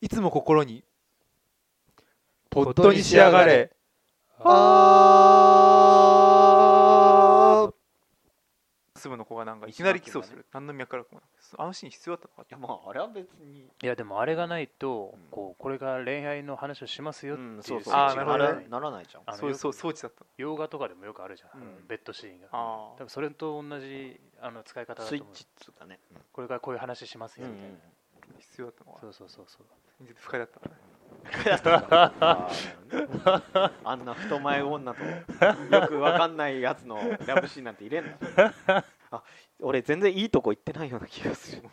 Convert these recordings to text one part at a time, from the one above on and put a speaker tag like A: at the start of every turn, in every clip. A: いつも心にポットに仕上がれあースムの子がなんかいきなりキスをする何の脈絡もなくあのシーン必要だったのかっ
B: いやまああれは別に
C: いやでもあれがないと、
B: うん
C: こうこれが恋愛の話をしますよっていう
B: そうそう
A: あーなるほどね
B: ならならないじゃん
C: あ
A: てそういう
C: のよ
A: そう装置だったの
C: 洋画とかでもよくあるじゃん、
A: うん
C: ベッドシーンが
A: あー
C: 多分それと同じあの使い方だと
B: スイ
C: 思う
B: ッチっつうかね
C: これからこういう話します
B: うん
C: よ
B: う
C: みたいな、
B: ん
A: 必要だったのは
C: そうそうそうそう
A: 不快だったのね
B: あ ーあんな太前女とよくわかんないやつ のラブシーンなんて入れん なあ俺全然いいとこ行ってないような気がする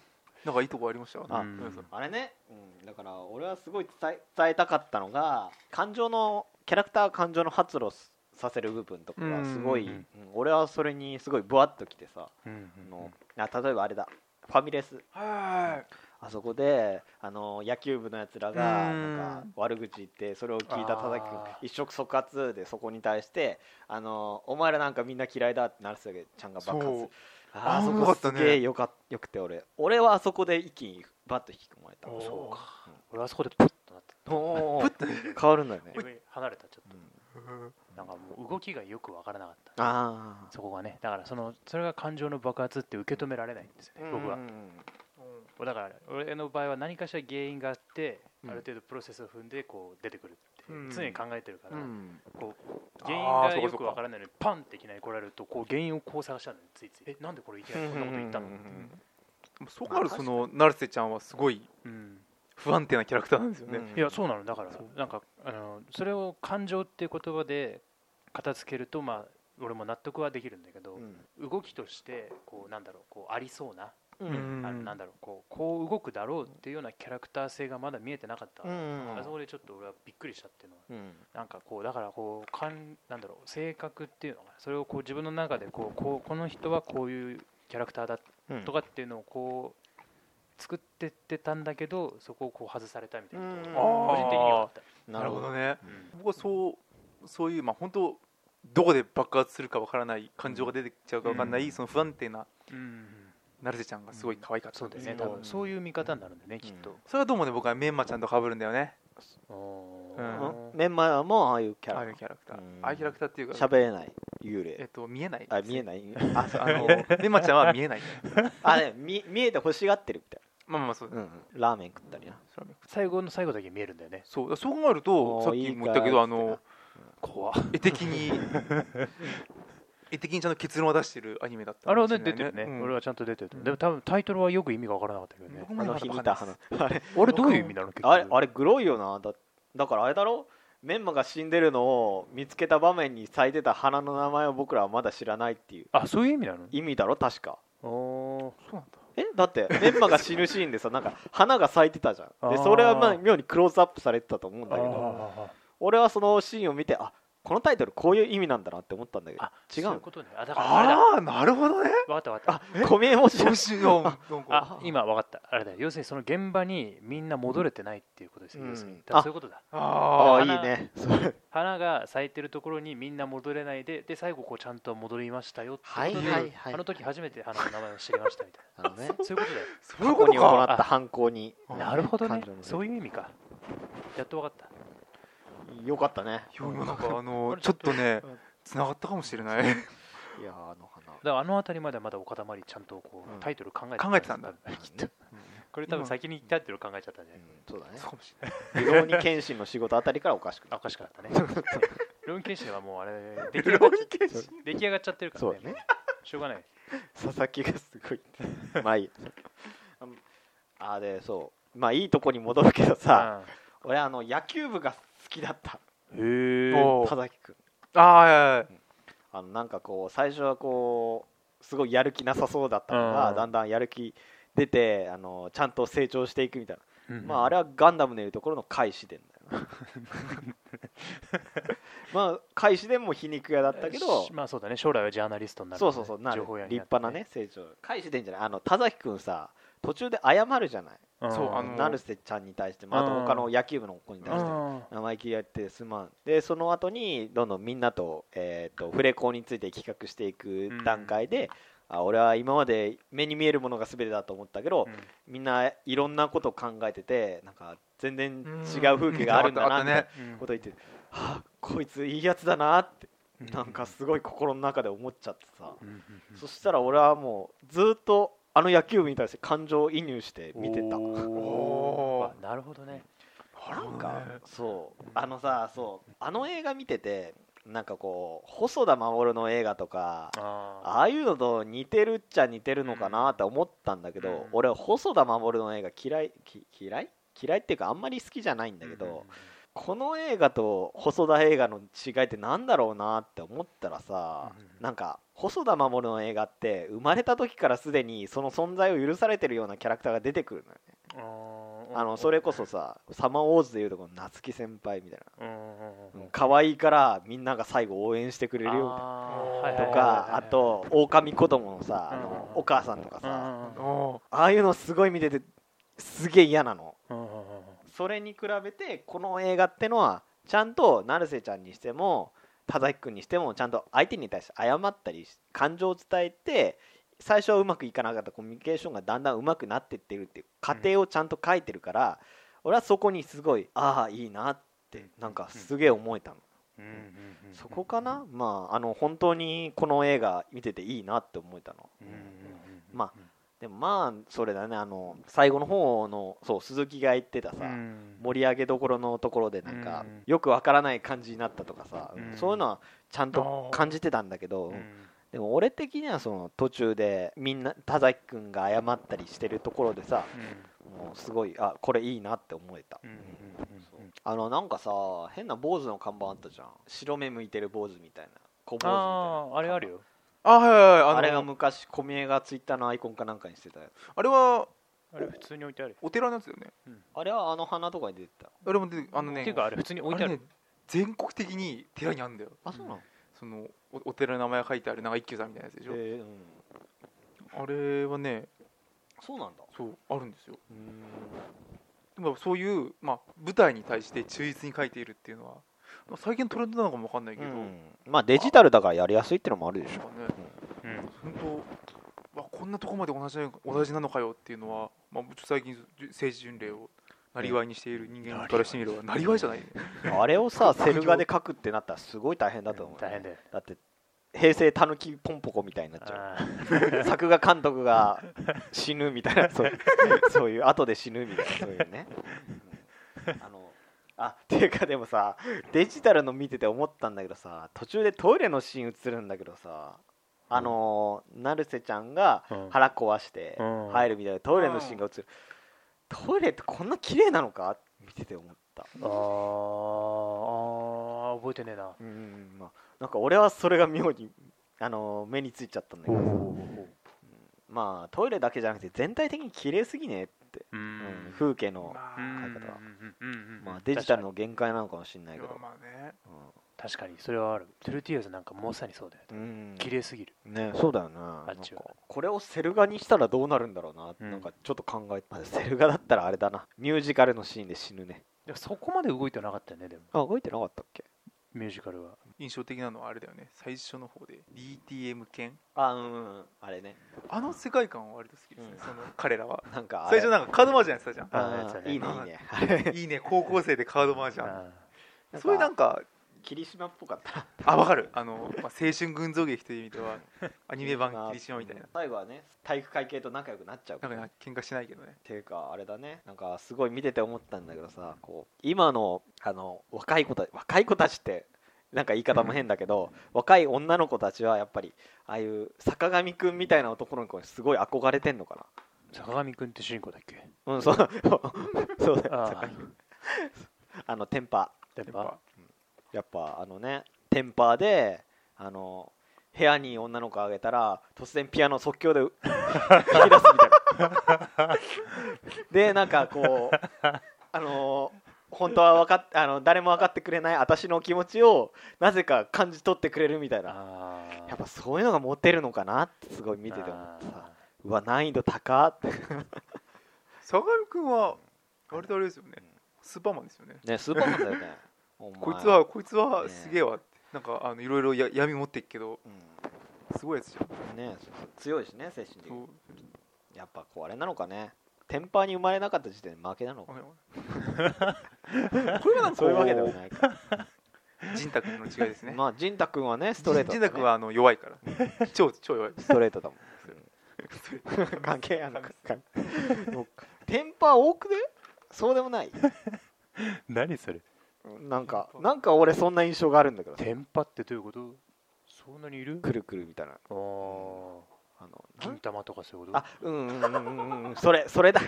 A: なんかいいとこありました
B: あ
C: うん
A: ごめんなさい
B: あれね、うん、だから俺はすごい伝え伝えたかったのが感情のキャラクター感情の発露すさせる部分とかがすごい、
C: うん
B: うん俺はそれにすごいブワッときてさ、
C: うんうん
B: あ
C: うん
B: のあ例えばあれだファミレス
A: は
B: あそこであの野球部のやつらが
A: うん
B: なんか悪口言ってそれを聞いた
C: あー
B: ただき一触即発でそこに対してあのお前らなんかみんな嫌いだってなるすけちゃんが爆発
A: そう
B: あーあ
A: あー
B: そ
A: よか
B: こ
A: った
B: す
A: ね
B: げえよかよくて俺俺はあそこで一気にバッと引き込まれた
C: おー
B: そうか
C: 俺はそこでプッとなった
B: おー変わるんだよね、
C: 離れたちょっ
B: うん
A: い
C: となんかもう動きがよくわからなかった
B: あ
C: そこがねだからそのそれが感情の爆発って受け止められないんですよね
B: あ
C: 僕は
B: う
C: だから俺の場合は何かしら原因があって、
B: うん
C: ある程度プロセスを踏んでこう出てくるって、
A: うん
C: 常に考えてるから、
B: ん
C: こう
A: あー
C: 原因が
A: そうか
C: よ
A: そう
C: く
A: か
C: わからないのにパンっていきなり来られるとこう原因をこう探したのについついえなんでこれいきなりこんなこと言ったの、
B: う
C: うん
B: うん
C: ん
A: うんでもそうなるとその成瀬ちゃんはすごい不安定なキャラクターなんですよね、
B: うん
C: いやそうなのだから
A: そう
C: なんかあのそれを感情っていう言葉で片付けるとまあ俺も納得はできるんだけど、動きとしてこうなんだろうこうありそうな、
B: うんうん
C: あのなんだろうこうこう動くだろうっていうようなキャラクター性がまだ見えてなかった、あそこでちょっと俺はびっくりしたっていうのは
B: うん
C: なんかこうだからこうかんなんだろう性格っていうのかなそれをこう自分の中でこうこうこの人はこういうキャラクターだ
B: うん
C: とかっていうのをこう作ってってたんだけどそこをこう外されたみたいなこと
B: うん
C: が個人的にはあった、
A: なるほど
B: ね
A: ね
C: うん
A: 僕はそうそういうまあ本当どこで爆発するかわからない感情が出てきちゃうかわからない、
B: うん
A: その不安定な
C: うん
A: 成瀬ちゃんがすごい可愛かった、
C: そうだよね
B: うん
C: 多分そういう見方になるんだよねきっと、
A: それはどうもね僕はメンマちゃんと被るんだよね
C: お
A: うん
C: ー
B: メンマーもああいうキャ
A: ああ
B: ラ
A: いうキャラクター
B: うん
A: ああいうキャラクターっていうか
B: 喋れない幽
A: えっ
B: 霊
A: と見えない
B: あ見えないあそう
A: あのメンマちゃんは見えない
B: あね見見えて欲しがってるみたい
A: まあまあまあそうだ
B: な、うんうん、ラーメン食ったりな
C: 最後の最後だけ見えるんだよね
A: そうそう考えると
B: おー
A: さっきも言ったけ
B: いい
A: ど
B: から
A: あの
C: 怖
A: 絵的に絵的にちゃんと結論を出してるアニメだった
C: あ
A: か
C: れ
A: も
C: は
A: し
C: ね
A: れな
C: 出
A: い
C: てるね、
A: うん
C: 俺はちゃんと出てると思う、
A: うん
C: でも多分タイトルはよく意味がわからなかったけどね
A: 僕も
B: あ
A: よ
B: の
A: く
B: 日
A: わか
B: 見
A: んな
B: た
A: いで
B: 花
A: す
B: あれ
C: 俺どういう意味なの結局
B: あれあれグロいよなだだからあれだろメンマが死んでるのを見つけた場面に咲いてた花の名前を僕らはまだ知らないっていう
C: あそういう意味なの
B: 意味だろ確か
C: おー
A: そうなんだ
B: えだってメンマが死ぬシーンでさなんか花が咲いてたじゃんで
C: あー
B: それはまあ妙にクローズアップされてたと思うんだけど
C: あ
B: 俺はそのシーンを見てあこのタイトルこういう意味なんだなって思ったんだけど
C: あ
B: 違
C: そういううことねあだからあれだ
A: ああーなるほどね
C: わかったわかっ
B: あ
C: た
B: 小 宮も知ら
A: ど
B: ん
A: うしよう なんか
C: あ今わかったあれだよ要するにその現場にみんな戻れてないっていうことですよ、
B: うん
C: 要するに
B: あ
C: だからそういうことだ
A: あ
B: あ
A: あ
B: あいいねそれ
C: 花が咲いてるところにみんな戻れないでで最後こうちゃんと戻りましたよってことで、
B: はいはいはい
C: あの時初めて花の名前を知りましたみたい
B: あのね
C: な そういうことだよ
A: そうい
B: 過
A: う
B: 去
A: こと
B: に行
A: か
B: った犯行に
A: あ
C: なるほどね
B: 感情のね
C: そういう意味かやっとわかった
B: よかったね
A: いや今なんかあ
C: あ
A: の
C: れ
A: ちょっとね
B: うん
A: 繋がったかもしれ ない
B: いやーあの花
C: だからあの辺りまではまだ岡田まりちゃんとこう、
B: うん
C: タイトル考え
A: 考えてたんだ
C: 多分きっと これ
A: 多
C: 多
A: 分
C: 分
A: 先
C: 先にタイトル考えちゃったんじゃ
B: う
C: ない
B: んそうだね
A: そうかもしれない
B: 不動に謙信の仕事あたりからおかしくな
C: あ
B: る
C: おかしかったね 論検診はもうあれ出来上が
A: 浪
C: っ
A: 費検
B: 視
C: 出来上がっちゃってるから
B: そう
C: ね
B: だね
C: しょうがない
B: 佐々木がすごいまあいいああでそうまあいいとこに戻るけどさ、俺あの野球部が好きだった
C: うんへ
A: お
B: 田崎君
A: ああはいはいはい
B: あのなんかこう最初はこうすごいやる気なさそうだったのが、
C: うん
B: だんだんやる気出てあのちゃんと成長していくみたいな、まああれ
C: は
B: はガンダムのいうところの開始伝だよ なまあ開始伝も皮肉屋だったけど
C: まあそうだね将来はジャーナリストになるも
B: そうん
C: ね、
B: そうそうなる
C: 情報屋
B: 立
C: になって
B: 派なね成長返してんじゃないあの田崎君さ途中で謝るじゃない
C: ん
A: そうあの
B: 成瀬ちゃんに対してもあと
C: うん
B: 他の野球部の子に対しても
C: うん
B: 生意気やってすまんでその後にどんどんみんなと,、えー、とフレコについて企画していく段階で、あ俺は今まで目に見えるものが全てだと思ったけど、
C: うん
B: みんないろんなことを考えててなんか全然違う風景があるんだ
A: うん
B: な
A: あ
B: っ
A: ったあった
B: て
A: ね
C: うん
B: こと言って、はあこいついいやつだなって
C: うん
B: なんかすごい心の中で思っちゃってさ、
C: うんうんうん
B: そしたら俺はもうずっとあの野球部に対して感情移入して見てた。
A: お
C: あなるほどね
B: なん
A: な
B: か
A: るほどね
B: そうあのさそうあの映画見ててなんかこう細田守の映画とか
C: あ
B: ああいうのと似てるっちゃ似てるのかなって思ったんだけど、
A: うん
B: 俺細田守の映画嫌いき嫌い嫌いっていうかあんまり好きじゃないんだけど、
A: うんうん
B: この映画と細田映画の違いってなんだろうなって思ったらさ、
C: うんうん
B: なんか細田守の映画って生まれた時からすでにその存在を許されてるようなキャラクターが出てくるのよね、
C: あ
B: あのそれこそさサマーウォーズでいうとこの夏木先輩みたい
C: うんうんうん
B: な、
C: うん
B: 可愛いからみんなが最後応援してくれるよみたいな
C: あー
A: はいは
B: と
A: いはい
B: かあと狼子供のさ、あ
C: うんうん
B: の
C: うん
B: お母さんとか
C: うん
B: さ、
A: お
B: ああいうのすごい見ててすげえ嫌なの
C: うんうんうん
B: それに比べてこの映画ってのはちゃんと成瀬ちゃんにしても田崎君にしてもちゃんと相手に対して謝ったりし感情を伝えて最初はうまくいかなかったコミュニケーションがだんだんうまくなってってるっていう過程をちゃんと書いてるから、俺はそこにすごいああいいなってなんかすげえ思えたの、
C: うんうんうんうん
B: そこかな、まああの本当にこの映画見てていいなって思えたの
C: うんうんうんうん
B: までもまあそれだねあの最後の方のそう鈴木が言ってたさ、
C: うん
B: 盛り上げどころのところでなんか、
C: うん
B: よくわからない感じになったとかさ、
C: うん
B: そういうのはちゃんと
A: あー
B: 感じてたんだけど、
C: うん
B: でも俺的にはその途中でみんな田崎君が謝ったりしてるところでさもうすごいあこれいいなって思えた、
C: うんうん
B: そう
C: うんうん
B: あのなんかさ変な坊主の看板あったじゃん白目向いてる坊主みたいな小坊主みたいな
C: あああれあるよ
A: あはいはいはい
B: あれ
A: の
B: が昔小宮がツイッターのアイコンかなんかにしてたやつ
A: あれは
C: あれ普通に置いてあるよ
A: お寺のやつだよね
B: あれはあの花とかに出てた
A: あれも出てあのね
C: っていうかあれ普通に置いてあ
A: あれ
C: る
A: ね全国的に寺にあるんだよ
B: あそうなの、
A: そのおお寺の名前が書いてあるなんか一休さんみたいなやつでしょ、
B: えーうん、
A: あれはね
B: そうなんだ
A: そうあるんですよ
B: うーん
A: でもそういう、まあ、舞台に対して忠実に書いているっていうのはまあ最近のトレンドなのかもわかんないけど、なん
B: うんまあデジタルだからやりやすいってのもあるでし
A: か
B: ょ
A: ね
C: うん
A: 本当わこんなとこまで同じな同じなのかよっていうのは、まあ、ちょっと最近じゅ政治巡礼をなりわいにしている人間からしてみればなりわいじゃないね
B: あれをさセル画で書くってなったらすごい大変だと思う、
C: 大変だよ
B: だって平成たぬきポンポコみたいになっちゃ
C: あー
B: う 作画監督が死ぬみたい なそういうそういう後で死ぬみたいなそういうねうんあのあっていうかでもさデジタルの見てて思ったんだけどさ途中でトイレのシーン映るんだけどさあのー成瀬ちゃんが
C: うん
B: 腹壊して
C: うん
B: 入るみたいなトイレのシーンが映るトイレってこんな綺麗なのか見てて思った
C: あーあー覚えてねえな
B: うんうんうんまあなんか俺はそれが妙にあのー目についちゃったんだけどさまあトイレだけじゃなくて全体的に綺麗すぎねって、
C: う
B: うん
C: ん
B: 風景の
A: まあ
C: うん
B: 買い方は
C: うんうんうんうん
B: まあデジタルの限界なのかもしれない
A: い
B: け
A: や
B: ど
A: まあね
C: 確かに確かにそれはあるトゥルーティアーズなんかまさにそうだよ
B: うん、
C: 綺麗すぎる
B: ねそうだよななん
C: っち
B: か
C: は
B: これをセル画にしたらどうなるんだろうな、
C: うん
B: なんかちょっと考えたセル画だったらあれだなミュージカルのシーンで死ぬね
C: でもそこまで動いてなかったよねでも
B: あ動いてなかったっけ
C: ミュージカルは
A: 印象的なのはあれだよね最初の方で DTM 犬
B: あうんうんあれね
A: あの世界観は割と好きですね、
B: うん
A: その彼らは
B: なんかあ
A: 最
B: れ
A: 初なんかカードマージャンやってたじゃん
C: あ
B: あ
C: やつだ
B: ー
C: ね
B: いいねいいねあれ
A: いいね高校生でカードマージャ
C: あ
A: ンそういうなんか
B: 霧島っぽかった
A: あわかるあの、まあ、青春群像劇という意味ではアニメ 版霧島みたいな
B: 最後はね体育会系と仲良くなっちゃう
A: なんかね喧嘩しないけどね
B: ていうかあれだねなんかすごい見てて思ったんだけどさこう今のあの若い子たち若い子たちってなんか言い方も変だけど若い女の子たちはやっぱりああいう坂上くんみたいな男の子にすごい憧れてんのか
C: ー坂上くんって主人公だっけ
B: なうんそうそうだよ
C: あ
B: 坂上あのテンパ
C: ーやっぱ
B: やっぱあのねテンパーであの部屋に女の子あげたら突然ピアノ即興 で弾き出すみたいな でなんかこうあの本当は分かっあの誰も分かってくれない私の気持ちをなぜか感じ取ってくれるみたいな
C: あー
B: やっぱそういうのがモテるのかなってすごい見てて思ってさ
C: あ
B: うわ難易度高って
A: 相模君は割とあれですよね
B: うん
A: スーパーマンですよね
B: ねスーパーマンだよ ねお前
A: こいつはこいつは
B: ね
A: すげえわなんかあのいろいろや闇持ってっけど
B: うん
A: すごいやつじゃん
B: ねそうそう強いしね精神的
A: そ
B: に
A: う
B: やっぱこうあれなのかねテンパーに生まれなかった時点で負けなの
A: ご
B: か
A: めんごめんこれはなんかこ
B: そういうわけではないか
A: 仁太君の違いですね
B: まあ仁太君はねストレートだ
A: 仁
B: った
A: 太
B: ね
A: 君はあの弱いから 超超弱い
B: ストレートだもん
A: それ
B: 関係あるのかもうテンパー多くでそうでもない
C: 何それ
B: なんかなんか俺そんな印象があるんだけど
C: テンパってどういうことそんなにいる
B: くるくるみたいな
C: あー
B: あの
C: 銀玉とかそういうこと
B: あうんうんうんうんうんそれそ れだ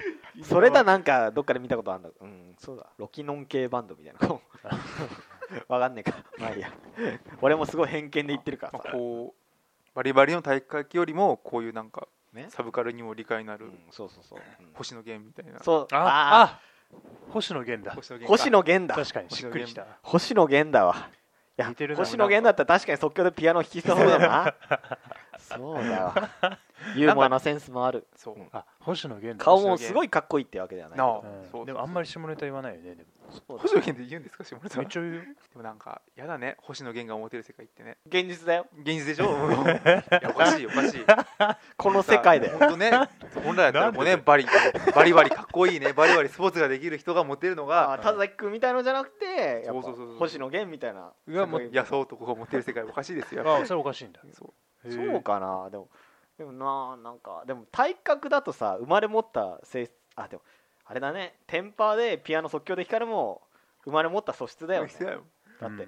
B: それだなんかどっかで見たことあるんだうんそうだロキノン系バンドみたいなの わかんねえかまあいいや俺もすごい偏見で言ってるから
A: ま
B: さ
A: あ、こうバリバリの体育会系よりもこういうなんか
B: ね
A: サブカルにも理解のあ
B: う
A: る
B: ん、そうそうそう、うん
A: 星野源みたいな
B: そうあ
C: ああ星野源だ
A: 星野
B: あ
A: 源か
B: 星野源だ
C: 確かにしっくりした
B: 星野源だわいや
C: 似てるな
B: 星野源だったら確かに即興でピアノ弾きそうだなそうだわユーモアなセンスもある
A: そう
B: うん
C: あ星野源だ
B: 顔もすごいかっこいいってわけではないけ
A: なあ
B: ど
C: うん
A: そうそう
C: でもあんまり下ネタ言わないよねでも
B: そうだ
A: 星野源で言うんですか下村さ
C: め
A: ん
C: っ
A: で
C: ちゃ言うよ
A: もなんか嫌だね星野源が思ってる世界ってね
B: 現実だよ
A: 現実でしょ いやおかしいおかしい
B: この世界で
A: 本当ね本来だったらもう
C: な
A: ね
C: んで
A: バリバリバリかっこいいねバリバリスポーツができる人がモテるの
B: あ
A: が
B: 田崎君みたいのじゃなくてやっぱ
A: そうそうそうそう
B: 星野源みたいな
C: うわもう
B: すごい
A: 野草男がモテる世界おかしいですよやっ
C: ああそれおかしいんだ
A: ぱりそう
C: へえ
B: そうかなでもでもななんかでも体格だとさ生まれ持った性質あでもあれだねテンパーでピアノ即興で光るも生まれ持った素質だよ、ね、
A: そうだよ
B: だ
C: う
B: っ
C: ん
B: て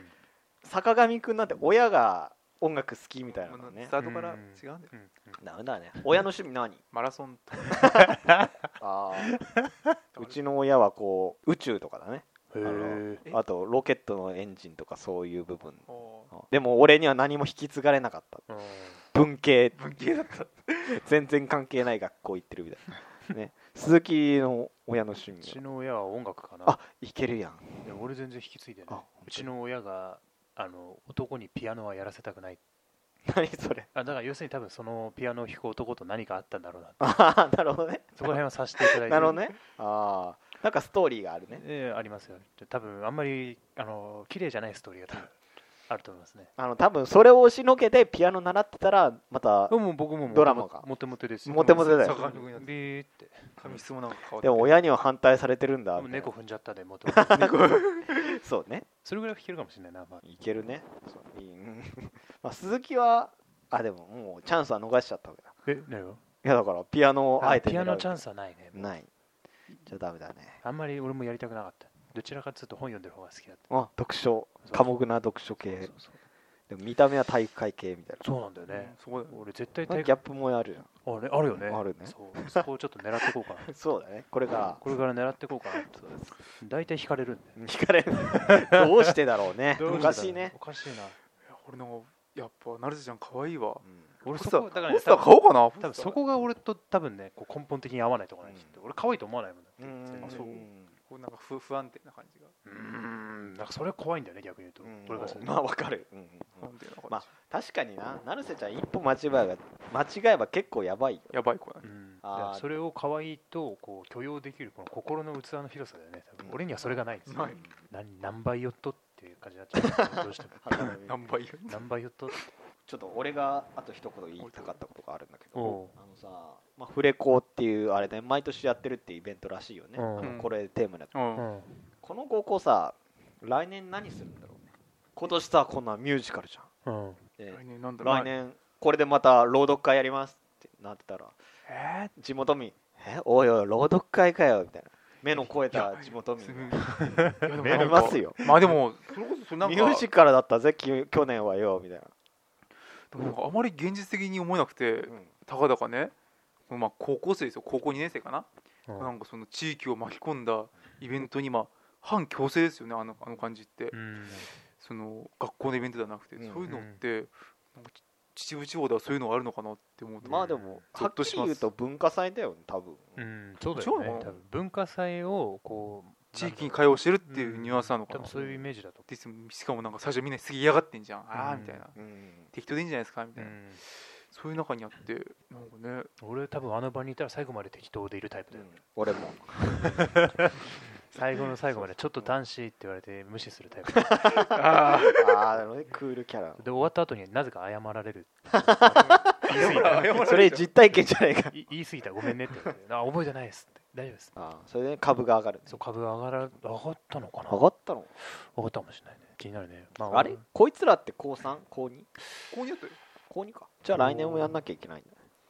B: 坂上くんなんて親が音楽好きみたいな
A: も
B: の
A: う
B: ね
A: スタートから違うんだよ
C: うんうん
B: ダメだね親の趣 味何
A: マラソンと
B: あーうちの親はこう宇宙とかだね
C: へ
A: え
B: あとロケットのエンジンとかそういう部分
A: おー
B: でも俺には何も引き継がれなかった
C: え
B: 文系
A: 文系だった
B: 全然関係ない学校行ってるみたいな、ね、鈴木の親の趣
C: う
B: 味
C: ち
B: は
C: の親は音楽かな
B: あいけるやん
C: いや俺全然引き継いでない
B: あ
C: うちの親があの男にピアノはやらせたくない
B: 何それ
C: あだから要するに多分そのピアノを弾く男と何かあったんだろうな
B: ああなるほどね
C: そこら辺はさせていただいて
B: なるほどねああなんかストーリーがあるね
C: ええありますよ多分あんまりあの綺麗じゃないストーリーが多分あると思いますね
B: あの多分それを押しのけてピアノ習ってたらまた
C: でも僕も
B: ドラマか
C: モテモテですよ
B: モテモテだよ
A: 坂上君になって
C: ビーって
A: 髪質もなんか変わって
B: でも親には反対されてるんだ
C: でも
B: みたいな
C: 猫踏んじゃったでモテモ テ
B: そうね
C: それぐらい弾けるかもしれないな、まあ、
B: いけるねそういいうんまあ鈴木はあでももうチャンスは逃しちゃったわけだ
C: え何よ
B: いやだからピアノをあえて
C: ピアノチャ
B: ン
C: ンスはないね
B: スないじゃあダメだね
C: あんまり俺もやりたくなかったどちらかというと本読んでる方が好きだった
B: あ読書
C: そう
B: 寡黙な読書系
C: そうそう
B: でも見た目は体育会系みたい
C: そうなんだよね
A: ね、そうだよ
C: 俺絶対
B: な
C: 体
B: ギ
C: 育
B: ャップもあるよ
C: あれあるよね
B: あるね
C: そうそこをちょっと狙っていこうかな
B: そうだねこれ から
C: これから狙っていこうかな大体引かれるんだよ
B: 惹かれるどうしてだろうね おかしいね
C: おかしいな
A: 俺なんかやっぱ成瀬ちゃん可愛いわ
C: 俺
A: ポス
C: そ
A: タ
C: こだか
A: ー
C: らね
A: ポスター買おうかな
C: 多分そこが俺と多分ねこう根本的に合わないところないきっと俺可愛いと思わないもんだって
B: う
C: 全
A: あ
C: 然
B: ん
A: そうこうなんか不不安定な感じが
C: うーんなんかそれ怖いんだよね逆に
B: う
C: 言うんと俺がする
B: まあわかるうんうん
A: 不安定な感じ、
B: まあ確かにな成瀬ちゃん一歩間違えば間違えば結構やばいよ
A: やばい子だね
C: うん
B: あー
C: だからそれを可愛いとこう許容できるこの心の器の広さだよね多分俺にはそれがないんですよ
A: ない
C: 何何倍よっとっていう感じになっちゃう どうしても
A: 何倍よ
C: 何倍よっとって
B: ちょっと俺があと一言言いたかったことがあるんだけ
C: おう
B: どあのさ、まあ、フレコっていうあれね毎年やってるっていうイベントらしいよね、
C: うん
B: あのこれテーマだと
A: うん、
C: うん
B: この高校さ来年何するんだろうね今年さこんなミュージカルじゃん
C: うん
B: で
A: 来年なんだろう
B: 来年これでまた朗読会やりますってなってたら
A: え
B: 地元民「えおいおい朗読会かよ」みたいな目の超えた地元民が
A: ー、
B: やりますよ
A: まあでもそれこそそれなんか
B: ミュージカルだったぜき去年はよみたいな、
A: なんかあまり現実的に思えなくて
B: うん
A: たかだかねまあ高校生ですよ高校2年生かな、
C: うん
A: なんかその地域を巻き込んだイベントにまあ反強制ですよねあのあの感じって、
C: うん
A: その学校のイベントではなくて、
B: うん
A: そういうのってなんかち秩父地方ではそういうのがあるのかなって思うと、
B: まあでも
A: ゾ
B: は
A: ッ
B: っ
A: と
B: き
A: し
B: り
A: ます
B: 言うと文化祭だよね多分、
C: うんそうだ
A: そう
C: よ
A: な
C: ね
A: の
C: 多分文化祭をこう
A: 地域に
C: なんだろ
A: 会話してるっていうニュアンスなのか
C: 多
A: な、
C: 分そういうイメージだと
A: でしかもなんか最初みんな過ぎやがってんじゃん、ああみたいな
B: うん
A: 適当でいいんじゃないですかみたい
C: 思う
A: な、そういう中にあってなんかね
C: うん俺多分あの場にいたら最後まで適当でいるタイプだよ
B: 俺も
C: 最後の最後までちょっと男子って言われて無視するタイプで
A: あ
B: ああなるほどねクールキ ャラ
C: 終わった後になぜか謝られる
A: ー謝られちゃう
B: それ実体験じゃないか
C: い言い過ぎたごめんねって言われてあ覚えてないですって大丈夫です
B: ああそれで株が上がる
C: そう株上がら上がったのかな
B: 上がったの
C: 上がったかもしれないね気になるね、ま
B: あれこいつらって高 3? 高 2?
A: こうにやったよ
B: 高2かじゃあ来年もやんなきゃいけないんだ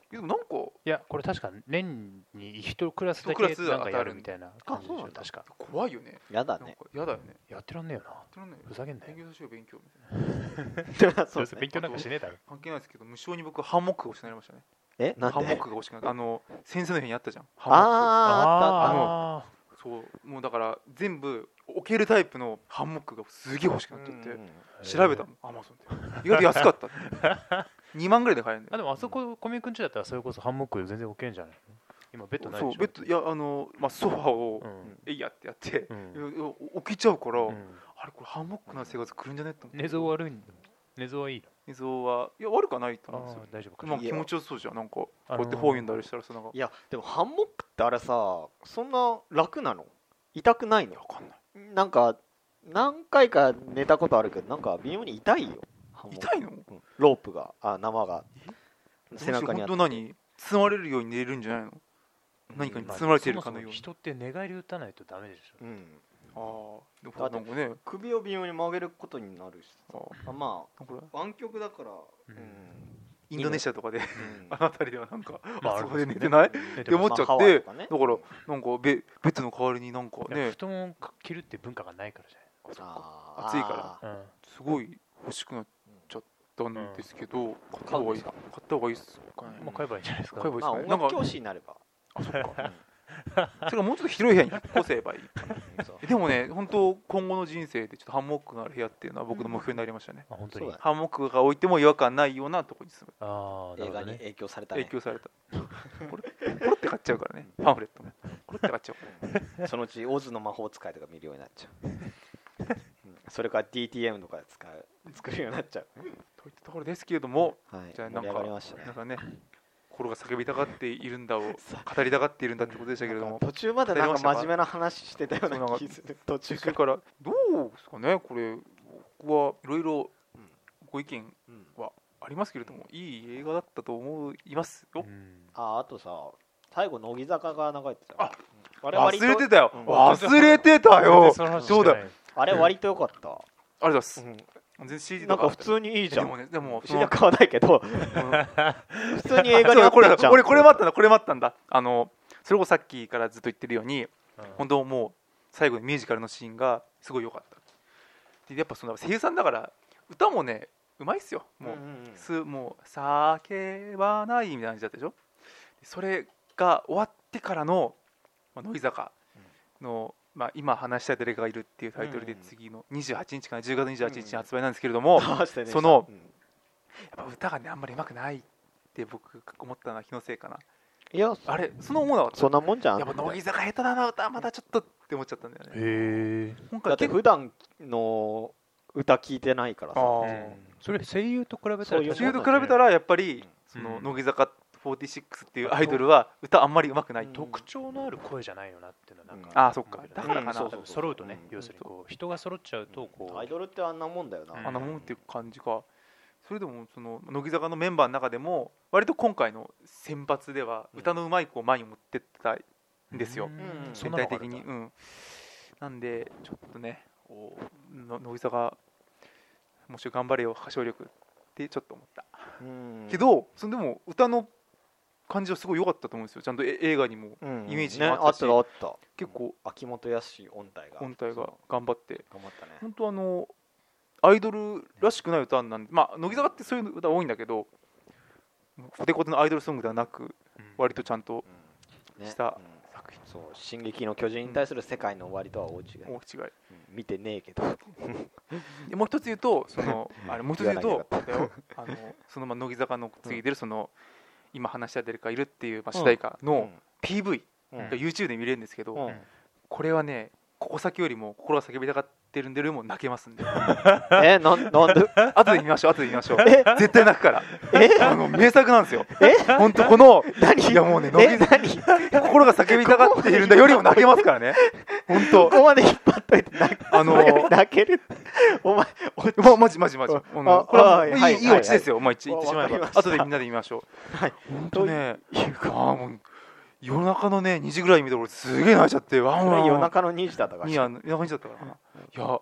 A: でもなんか
C: いやこれ確か年に一クラスだ
A: 一ク
C: け
A: ラス
C: なんかやるみたいな感じでし
B: あそう
C: ょ
B: なんだ
C: 確か
A: 怖いよね
B: やだ
A: なんか
B: ね
A: やだよね
C: やってらんねえよな
A: やってらんないよ
C: ふざけんなよ
A: 勉強させよう勉強みたいな
B: そうね
C: 勉強なんかしねえだろ
A: 関係ないですけど無性に僕ハンモックが欲しくなりましたね
B: えなん
A: ハンモッ
B: で
A: クが欲しくなったあの先生の部屋にあったじゃんハンモッ
B: あーあったあっ
C: あ
A: クそうもうだから全部置けるタイプのハンモックがすげえ欲しくなっちゃって
B: たうん
C: ー
A: 調べたもんアマゾンで意外と安かった2万ぐらいで買えるんだ
C: あ
A: よ
C: でもあそこ小宮君家だったらそれこそハンモック全然置けんじゃない今ベッドない
A: そう
C: でしょ
A: ベッドいやあの、まあ、ソファーを
C: うん
A: えいやってやって、
C: うん
A: いやいや置けちゃうから、
C: うん
A: あれこれハンモックな生活来るんじゃねって思って
C: 寝相悪いの寝相はいい
A: 寝相はいや悪くはないと
C: の
A: 思うんです
C: あ
A: よ
C: ー大丈夫か
A: まあ
B: いいよ
A: 気持ちよさそうじゃんなんかこ
C: あ
A: う
C: の
A: や
C: ー
A: って方言だりしたらさなんか
B: いやでもハンモックってあれさそんな楽なの痛くないの
A: わかんない
B: なんか何回か寝たことあるけどなんか微妙に痛いよハンモック
A: 痛いの
B: うんロープがあ生が背中に
A: 本
B: あって
A: 当何積まれるように寝れるんじゃないの何かに包まれているかのように
C: そもそも人って寝返り打たないとダメでしょ
B: うん
A: ああで
B: だ
A: も
B: って
A: なんかね
B: 首を微妙に曲げることになるし
A: あー
B: あま
A: なんかこれ
B: あ湾曲だから
C: うん
A: インドネシアとかで
B: うん
A: あの辺りではなんか
C: まあ
A: あそこで寝
C: あ
A: て
C: るか
A: な
B: う
A: い
B: ん
C: 寝
A: って思っ
C: ます
A: ちゃって
B: まあハワイとかね
A: だからなんかベベッドの代わりになんか
C: いや
A: ね
C: 布団を着るって文化がないからじ
B: あー
A: 暑いから
C: ゃない、うん
A: すごい欲しくなっちゃったんですけど買った方がいい買った方がいいっすかね
C: まあ、買えばいいんじゃないですか
A: 買えばいいっ
B: まあ
A: すかね
B: 音
A: なんか
B: 楽教師になれば
A: あそっか それがもうちょっと広い部屋に引っ越せばいい
B: うんそう
A: でもね、本当、今後の人生でちょっとハンモックがある部屋っていうのは僕の目標になりましたね。
C: あ本当
B: そ
C: に
B: うだね
A: ハンモックが置いても違和感ないようなとこに住む。
C: ああな
B: 映
C: るほ
B: 画
C: ど
B: に
C: ね
B: 影響された
A: 影
B: ね
A: 響された。これ、これって買っちゃうからね、パンフレットも。これって買っちゃう から。
B: そのうちオズの魔法使いとか見るようになっちゃううんそれから DTM とかで使う作るようになっちゃ
A: といったところですけれども、
B: うはい
A: じゃあ
B: 盛
A: なん
B: り
A: か
B: 上がりましたね
A: なんかね、心が叫びたがっているんだを、語りたがっているんだってことでしたけれど
B: なん
A: も
B: か、途中までなんか真面目な話してたよう
A: そうな
B: なん
A: か
B: 気する途中
A: そ
B: か
A: れ
B: ら、
A: から、どうですかね、これ、僕はいろいろ
B: うん
A: ご意見
B: うん
A: はありますけれども、いい映画だったと思いますよ。
C: うん
B: ああとさ最後乃木坂が流れてたよ
A: あ
B: うんあれ割
A: 忘れ
B: と
A: てたよ
B: うん
A: 忘れてたよ
C: 全然の話して
A: そうだ
C: ない
B: あれ割と良かっ
A: あ
B: た、
A: りがとうございます。
B: うん
A: 全然 CD
B: なん
A: とか
B: か普通にいいじゃ
A: で
B: ん
A: もね、でも、
B: 知り買わないけど普通に 映画
A: そ
B: にな
A: う
B: って
A: これ
B: んじゃん
A: 俺これもあったんだこれもあったんだあのそれこそさっきからずっと言ってるように
C: うん
A: 本当もう最後にミュージカルのシーンがすごい良かったでやっぱその声優さんだから歌もねうまいっすよもう,、
B: んんん
A: すもう叫ばないみたいな感じだったでしょそれが終わってからの、まあ、乃木坂の、まあ、今話したい誰かがいるっていうタイトルで
B: うんうん
A: 次の28日かな10月28日に発売なんですけれど も、
B: あーしてね
A: その
B: うん
A: やっぱ歌がねあんまり上手くないって僕思ったのは気のせいかない
B: や
A: あれその思うなかった
B: そんなもんじゃん
A: やっぱ乃木坂下手だな歌まだちょっとって思っちゃったんだよね
C: へえ
A: 今回
B: だ
A: は
B: って
A: 結構
B: 普段の歌聞いてないからさ
A: あ
C: うんそれ声優と比べたら
B: そういう
A: 中
B: も
A: と比
B: んだね
A: べたらやっぱり
B: うん
A: そうの
C: ん
A: 乃木坂46っていうアイドルは歌あんまり上手くない
B: うん
A: と
C: 特徴のある声じゃないよなっていうのはなんか、
B: うん
A: あーそっかだから
B: うん
A: か
B: そ
A: な
B: うそう
C: 揃うとね、
B: うん
C: 要するにこう人が揃っちゃうとこう、
B: アイドルってあんなもんだよな、
C: うん
A: あんなもんっていう感じかそれでもその乃木坂のメンバーの中でも割と今回の選抜では
B: うん
A: 歌の上手い子を前に持ってったんですよ
C: うん
B: うん
C: そ
A: 全
C: ん
A: 体
C: なのがあ
A: 的
C: るんだ
A: にうんなんでちょっとねおの乃木坂もし頑張れよ歌唱力ってちょっと思った
B: うん
A: け、ど、そのでも歌の感じはすごい良かったと思うんですよちゃんとえ映画にも
B: うん
A: イメージ
B: ね
A: も
B: あ
A: あ
B: っ
A: ったたし
B: あった
A: 結構
B: 秋元康音体が
A: 本体
B: そ
A: が
B: う
A: 頑張って
B: 頑張ったね
A: 本当あのアイドルらしくない歌なんでまあ乃木坂ってそういう歌多いんだけどコテコテのアイドルソングではなく
C: うん
A: 割とちゃんと
B: うんね
A: した
B: うん
A: 作品
B: そう「進撃の巨人」に対する世界の終わりとは大違い、
A: 大違い
B: うん見てねえけど
A: でもう一つ言うとそ のあれもう一つ言うと
B: 言
A: だよあのそのまあ乃木坂の次出るその今話し合ってるかいるっていうまあ主題歌の PV
B: う
A: が
B: ん
A: YouTube で見れるんですけど、
B: うん
C: うん
A: これはねここ先よりも心が叫びたがってるんでよりも泣けます んで
B: えなんなん で
A: 後で見ましょう後で見ましょう
B: え
A: 絶対泣くから
B: え
A: あの名作なんですよ
B: え
A: 本当この
B: 何
A: いやもうね乃
B: え
A: 木
B: 何
A: 心が叫びたがっているんだよりも泣けますからね本当
B: ここまで引っ張っといて泣
A: あのー
B: 泣けるお前
A: ま、マジマジマジ。
B: あ
A: あのこれはもういい,、、
B: はいい
A: いオチですよ。まあ、言
B: わ
A: ってしまえ
B: わかり
A: ば
B: ま。した
A: 後でみんなで見ましょう。
B: はい。
A: 本当ね。あーもう夜中のね、2時ぐらい見て、俺すげえ泣いちゃって、わんわん。
B: 夜中の2時だったから
A: にあの夜中にちゃったからな。いや、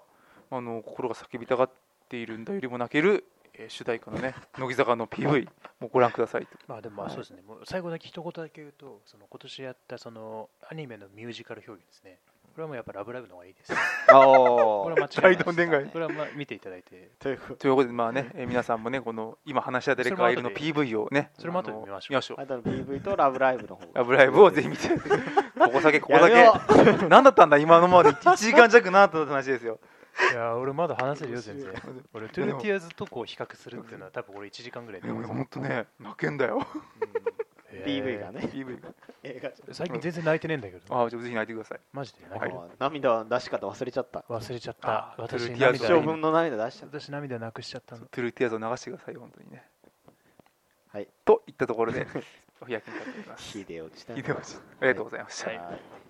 A: あの心が叫びたがっているんだよりも泣ける、えー主題歌のね、乃木坂の PV もうご覧くださいと。
C: まあでもまあそうですね、もう最後だけ一言だけ言うと、その今年やったそのアニメのミュージカル表現ですね、これはもうやっぱラブライブの方がいいです。これは間違いない
A: 大どんでんがい
C: これはまあ見ていただいて、
B: ということ
A: ということで、まあね、えー皆さんもね、この今話し合ったレカエルの
C: それ
A: PV をね、
C: それも後で
A: あの
C: 見ましょう
A: 見ましょう。
B: あとの PV とラブライブの方
A: ラブライブをぜひ見て、ここだけ、ここ
B: や
A: だ
B: めよ
A: け、何だったんだ、今のまで1時間弱なったって話ですよ。
C: いやー俺まだ話せるよ、全然
B: 面。
C: 俺、トゥルーティアーズとこう比較するっていうのは、多分俺1時間ぐらい
A: い
C: で
A: や、俺、本当ね、泣けんだ よ。
C: えー
B: PV がね
A: PV が。
B: 映画
C: 最近全然泣いてねえんだけど、
A: ああ、じゃあぜひ泣いてください。
C: マジで泣
A: は
C: け
A: い
C: る
B: 涙の出し方忘れちゃった
C: 忘れちゃっ
A: あー
C: た。私
A: トゥルーティアーズ
C: 涙
A: じ
B: 一
A: ゃあ
B: 生分の涙出しちゃった
C: 私涙なくしちゃったの。
A: トゥルーティアーズを流してください、本当にね。
B: はい
A: といったところで、お開きになっております。
B: 秀落ちた
A: 聞いてほしい。ありがとうございました。
C: はい
B: はい